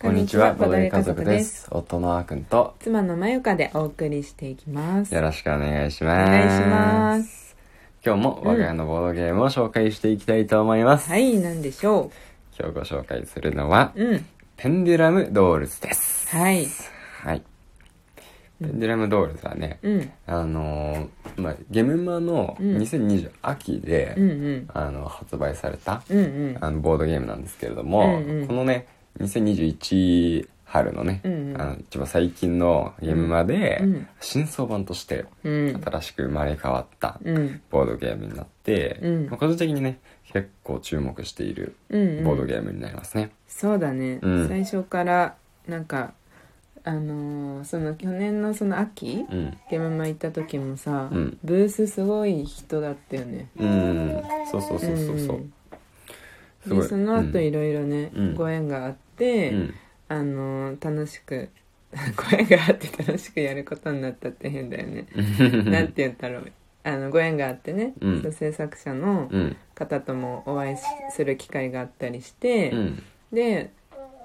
こんにちは、ボドゲ家族で。す。夫のあーくんと、妻のまゆかでお送りしていきます。よろしくお願いしおます。願いします。今日も我が家のボードゲームを紹介していきたいと思います。はい、なんでしょ今日ご紹介するのは、う。うん。ペンデュラムドールズです。はい。はい。ペンデュラムドールズはね、うん。あのーまあ、ゲムマのうん2020秋で、うんうん。あの、発売された、うんうん。あのボードゲームなんですけれども、うんうんこのね2021春のね、うんうんあの一番最近のゲームまで、うん新装版としてうん。新しく生まれ変わったうん。ボードゲームになって、うんまあ個人的にね結構注目しているうんうんボードゲームになりますね。そうだね。うん最初から、なんか、あのーその去年のその秋、うん、ゲームマ行った時もさ、うんブースすごい人だったよね。うん、そうそうそうそうそう。んすごいでその後いろいろね、うんご縁があって、うんあのー楽しく ご縁があって楽しくやることになったって変だよね、 なんて言ったろうあのご縁があってね、うんその制作者の うん方ともお会いしする機会があったりして、うんで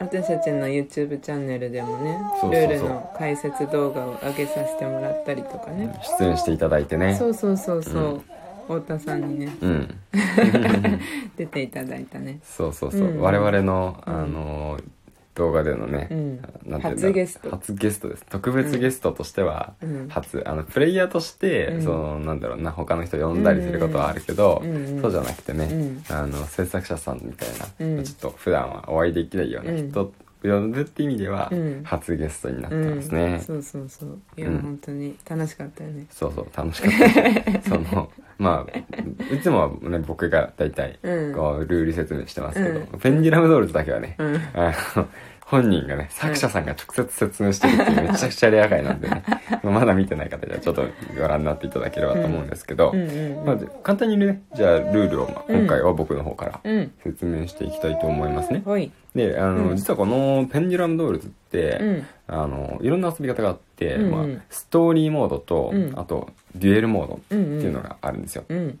私たちの YouTube チャンネルでもねそうそうそうルールの解説動画を上げさせてもらったりとかね、出演していただいてね。そうそうそうそう、太田さんにねうん、出ていただいたねそうそうそう、うん我々の、うんあの動画でのね、うんなんていうんだ初ゲスト初ゲストです特別ゲストとしては、うん初あのプレイヤーとして、うんそのなんだろうな他の人呼んだりすることはあるけど、うんうんそうじゃなくてね、うんあの制作者さんみたいな、うんちょっと普段はお会いできないような人を呼ぶって意味では、うん初ゲストになってうまんすね、そうそうそういや、うん本当に楽しかったよねそうそう楽しかったそのまあいつもはね僕が大体うんこうルール説明してますけど、うペンディラムドールズだけはね、うんあの本人がね作者さんが直接説明してるっていうめちゃくちゃレア回なんでね まだ見てない方じゃちょっとご覧になっていただければと思うんですけど、うんうんうんまあで簡単にねじゃあルールを、まあうん今回は僕の方からうん説明していきたいと思いますね。ほいであの、うん実はこの「ペンデュラムドールズ」って、うんあのいろんな遊び方があって、うんうんまあ、ストーリーモードと、うんあとデュエルモードってうんうんいうのがあるんですよ。うん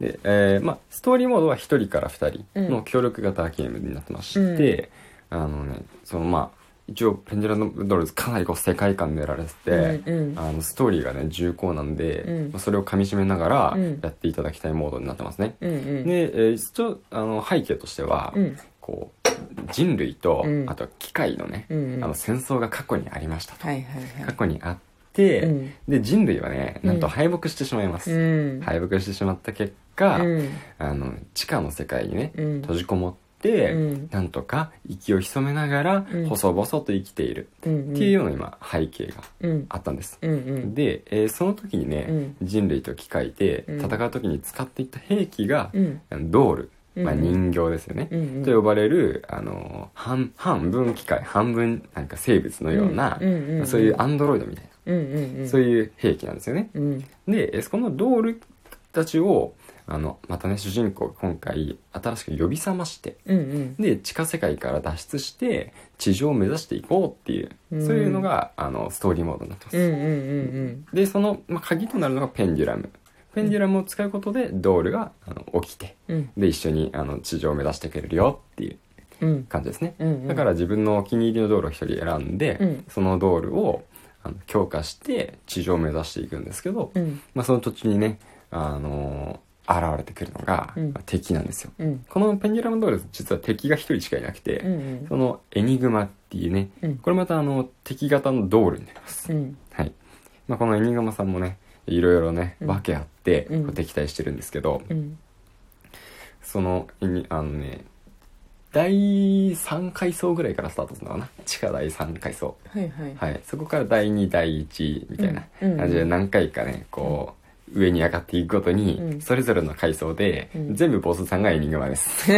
で、えーまあ、ストーリーモードは1人から2人うのん協力型ゲームになってまして、あのねそのまあ一応ペンデュラムドールズかなりこう世界観でやられてて、うんうんあのストーリーがね重厚なんで、うんまあそれをかみしめながらうんやっていただきたいモードになってますね。うんうんで、えー一応あの背景としては、うんこう人類と、うんあとは機械のね、うんうんあの戦争が過去にありましたと、はいはいは過い去にあって、うんで人類はねなんとうん敗北してしまいます、うん敗北してしまった結果、うんあの地下の世界にねうん閉じこもって、うんなんとか息を潜めながらうん細々と生きているうんうんっていうような今背景がうんあったんです、うんうんで、えーその時にね、うん人類と機械でうん戦う時に使っていった兵器が、うんあのドール、まあ、うんうん人形ですよね、うんうんと呼ばれる、あの半半分機械半分なんか生物のような、うんうんうんうんそういうアンドロイドみたいな、うんうんうんそういう兵器なんですよね。うんでえそのドールたちをあのまたね主人公が今回新しく呼び覚ましてうんうんで地下世界から脱出して地上を目指していこうっていう、うんそういうのがあのストーリーモードになってます。うんうんうんうんでその、まあ、鍵となるのがペンデュラム。ペンデュラムを使うことでドールがあの起きてうんで一緒にあの地上を目指してくれるよっていううん感じですね、うんうんだから自分のお気に入りの道路を一人選んで、うんその道路をあの強化して地上を目指していくんですけど、うんまあ、その途中にね、あのー現れてくるのが、うん敵なんですようんこのペンギュラムドールズ実は敵が一人しかいなくて、うんうんそのエニグマっていうね、うんこれまたあの敵型のドールになります、うんはい、まあ、このエニグマさんもねいろいろねうん訳あってうんこう敵対してるんですけど、うんそのエニあのね第3階層ぐらいからスタートするのかな地下第3階層はいはいはい、そこから第2第1みたいなうん感じで何回かねこう上に上がっていくごとに、うんそれぞれの階層で、うん全部ボスさんがエニグマですそう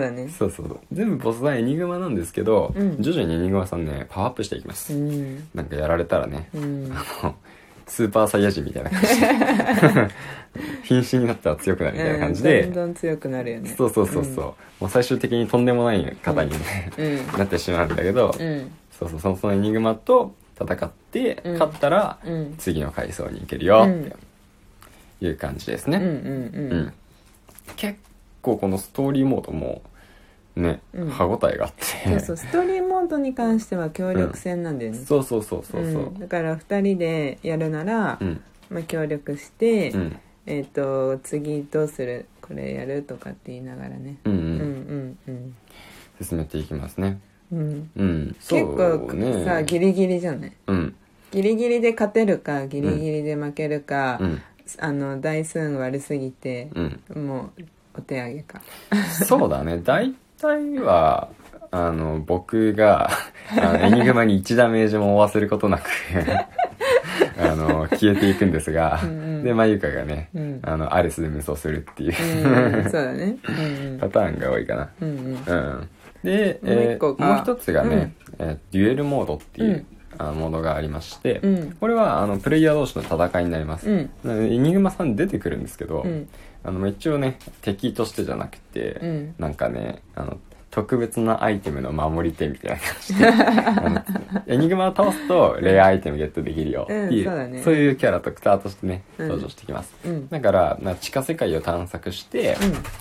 だね そうそうそう全部ボスさんエニグマなんですけど、うん徐々にエニグマさんねパワーアップしていきまうす、んなんかやられたらね、うんあのスーパーサイヤ人みたいな感じで 瀕死になったら強くなるみたいな感じで、うんどんどん強くなるよねそうそうそうそう、もう最終的にとんでもない方に、ねうんなってしまうんだけど、うんそうそうそのそのエニグマと戦って、うん勝ったら、うん次の階層に行けるようんっていう感じですうんうね、んうん結構このストーリーモードもね、うん歯応えがあってそうそうストーリーモードに関しては協力戦なんだよね、そうそうそうそうそううんだから2人でやるなら、うんまあ、協力して、うんえっ、と次どうするこれやるとかって言いながらね、うんううん、んうん進めていきますねうんうんうん結そう構ねさ、ギリギリじゃないうんギリギリで勝てるかギリギリで負けるか、うんあの台数悪すぎて、うんもうお手上げ か そうだね大体はあの僕が あのエニグマに1ダメージも負わせることなくあの消えていくんですがうんうんでまゆかがね、うんあのアレスで無双するっていううんうんそうだねうんパターンが多いかなうんうんうんうんでもう一え個ーがもう一つがね、えーデュエルモードっていう、うんあのモードがありまして、うんこれはあのプレイヤー同士の戦いになります、うんなのでエニグマさん出てくるんですけど、うんあの一応ね敵としてじゃなくて、うんなんかねあの特別なアイテムの守り手みたい な感じであのエニグマを倒すとレアアイテムゲットできるよっていう、うんそうだねいうキャラとクターとしてねうん登場してきます、うんだからまあ地下世界を探索して、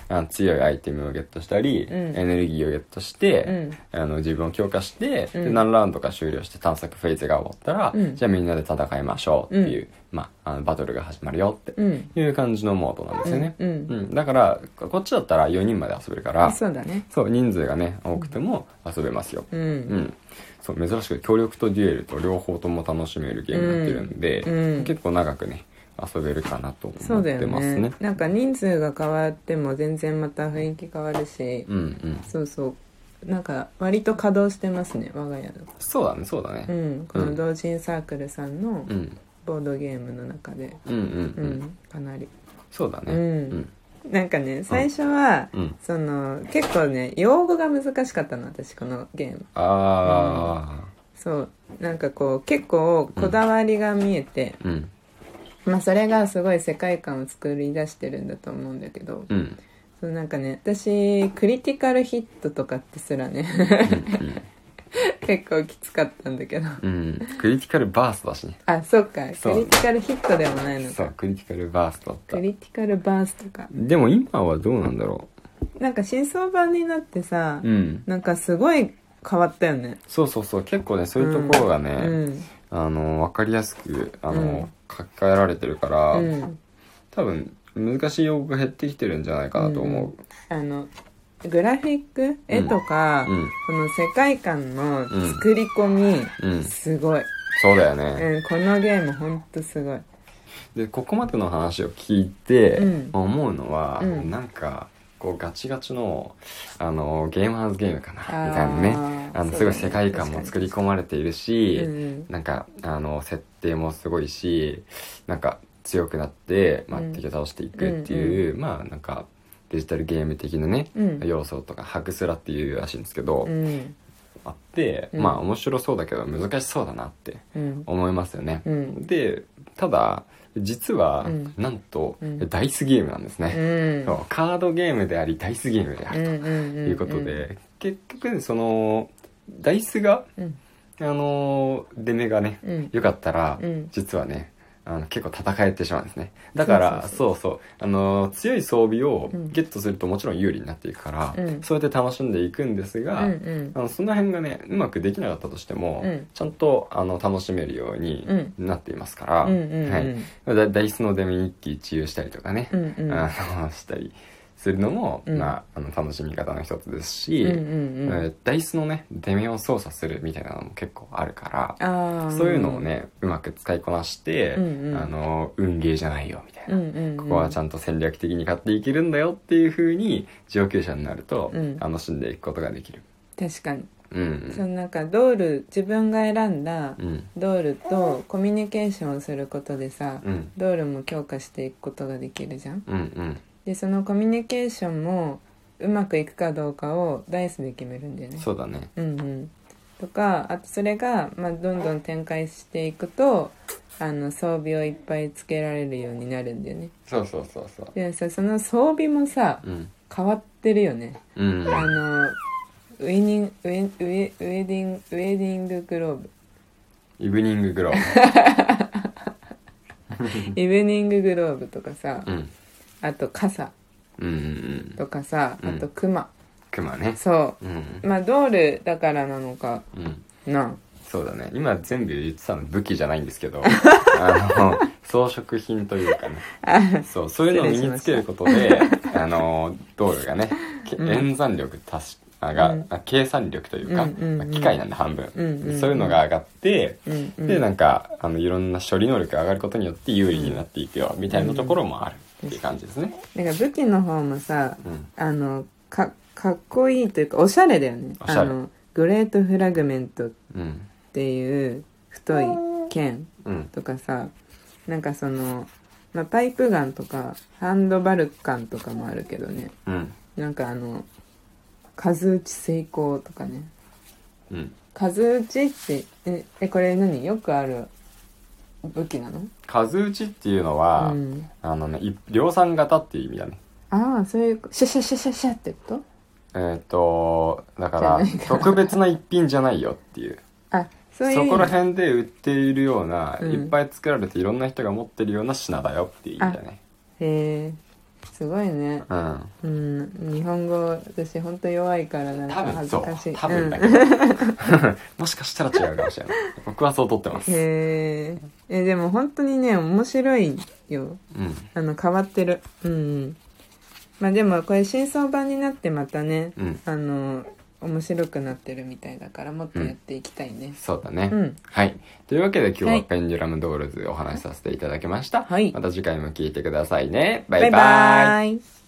あの強いアイテムをゲットしたり、うんエネルギーをゲットして、あの自分を強化して、でうん何ラウンドか終了して探索フェーズが終わったら、うんじゃあみんなで戦いましょうっていう、まあ、あのバトルが始まるよってうんいう感じのモードなんですよね、うんうんだからこっちだったら4人まで遊べるからそうだねそう人数がね多くても遊べますよ、うんうん、そう珍しく協力とデュエルと両方とも楽しめるゲームになってるんで、うんうん結構長くね遊べるかなと思そうっだよてますねねなんか人数が変わっても全然また雰囲気変わるし、うんうんそうそうなんか割と稼働してますね我が家の、そうだねそうだね、うん、この同人サークルさんのうん、ボードゲームの中で、うんうんううんん、かなりそうだねうんなんかね最初は、うんその結構ね用語が難しかったの私このゲームあそうなんかこう結構こだわりが見えて、あうんまあそれがすごい世界観を作り出してるんだと思うんだけど、うんそのなんかね私クリティカルヒットとかってすらね 結構きつかったんだけど うんクリティカルバーストだしねあそうかそうクリティカルヒットでもないのそかうクリティカルバーストだクったリティカルバースとかでも今はどうなんだろなんか真相版になってさ、ううんなんかすごい変わったよねそうそうそう結構ねそういうところがね、うんあの分かりやすくあの、うん書き換えられてるから、うん多分難しい用語が減ってきてるんじゃないかなと思あのグラフィック絵とか、ううんこの世界観の作り込み、うんすごい、そうだよね、うん、このゲームほんとすごいでここまでの話を聞いて、うん思うのは、うんなんかこうガチガチのあのゲームハウスゲームかなあーみたいなねあのそうすだごねい世界観も作り込まれているし、うんなんかあの設定もすごいしなんか強くなって、まあうん敵を倒していくっていう、まあなんかデジタルゲーム的なね、うん要素とか「ハクスラ」っていうらしいんですけど、うんあって、うんまあ面白そうだけど難しそうだなってうん思いますよね。うんでただ実は、うんなんと、うんダイスゲームなんですうね、んそうカードゲームでありダイスゲームであるといいうことで、、結局ねそのダイスがうんあのー出目がねうんよかったら、うん実はねあの結構戦えてしまうんですねだからそそうそうあのー強い装備をうんゲットするともちろん有利になっていくから、うんそうやって楽しんでいくんですうんが、うんあのその辺がねうまくできなかったとしても、うんちゃんとあの楽しめるようにうんなっていますから、うんうんうんはい、だダイスの出目一気一遊したりとかね、うんうんあのしたりするのも、うんまあ、あの楽しみ方の一つですし、うんうんうんえーダイスのね出目を操作するみたいなのも結構あるから、あーそういうのをねうまく使いこなして、うんうんあの運ゲーじゃないよみたいな、うんうんうんここはちゃんと戦略的に買っていけるんだよっていう風に上級者になるとうん楽しんでいくことができる。確かにうんそのなんかドール自分が選んだうんドールとコミュニケーションをすることでさ、うんドールも強化していくことができるじゃんうんうんでそのコミュニケーションもうまくいくかどうかをダイスで決めるんだよねそうだねうんうんとかあとそれが、まあ、どんどん展開していくとあの装備をいっぱいつけられるようになるんだよねそうそうそうそうでさその装備もさうん変わってるよねうんあのウェニングウェウェウェディングウェディンググローブイブニンググローイブニンググローブとかさブうんあと傘うんうんとかさうあんとクマ、クマねそうんうまあドールだからなのかうんなそうだね今全部言ってたの武器じゃないんで すけどあの装飾品というかねあそうそういうのを身につけることであの道路がねけうん演算力足しあが、うんあ計算力というか、うんうんうんまあ機械なんで半分、うんうんうんそういうのが上がって、うんうんでなんかあのいろんな処理能力が上がることによって有利になっていくよ、みたいなところもあるっていう感じですね。だから武器の方もさうんあのかかっこいいというかおしゃれだよねおしゃあれのグレートフラグメントっうんていう太い剣うんとかさなんかその、まあ、パイプガンとかハンドバルカンとかもあるけどねうんなんかあの数打ち成功とかねうん数打ちってええこれ何よくある武器なの数打ちっていうのは、うん、あのねい量産型っていう意味だね。ああそういうシャシャシャシャシャってことえっ、とだかじゃらないか特別な一品じゃないよっていう。あそういうそ意味こら辺で売っているような、うんいっぱい作られていろんな人が持ってるような品だよっていう意味だねへえすごいねうんうん日本語私ほんと弱いからなん多か分恥そずうかしい多分うんだへけど、もしかしたら違うかもしれない僕はそう取ってますええでも本当にね面白いようんあの変わってるうんうんまあでもこれ新装版になってまたねうんあの面白くなってるみたいだからもっとやっていきたいね、そうだね、うんはいというわけで今日ははいはペンデュラムドールズお話しさせていただきました、はいまた次回も聞いてくださいねバイババイイバイ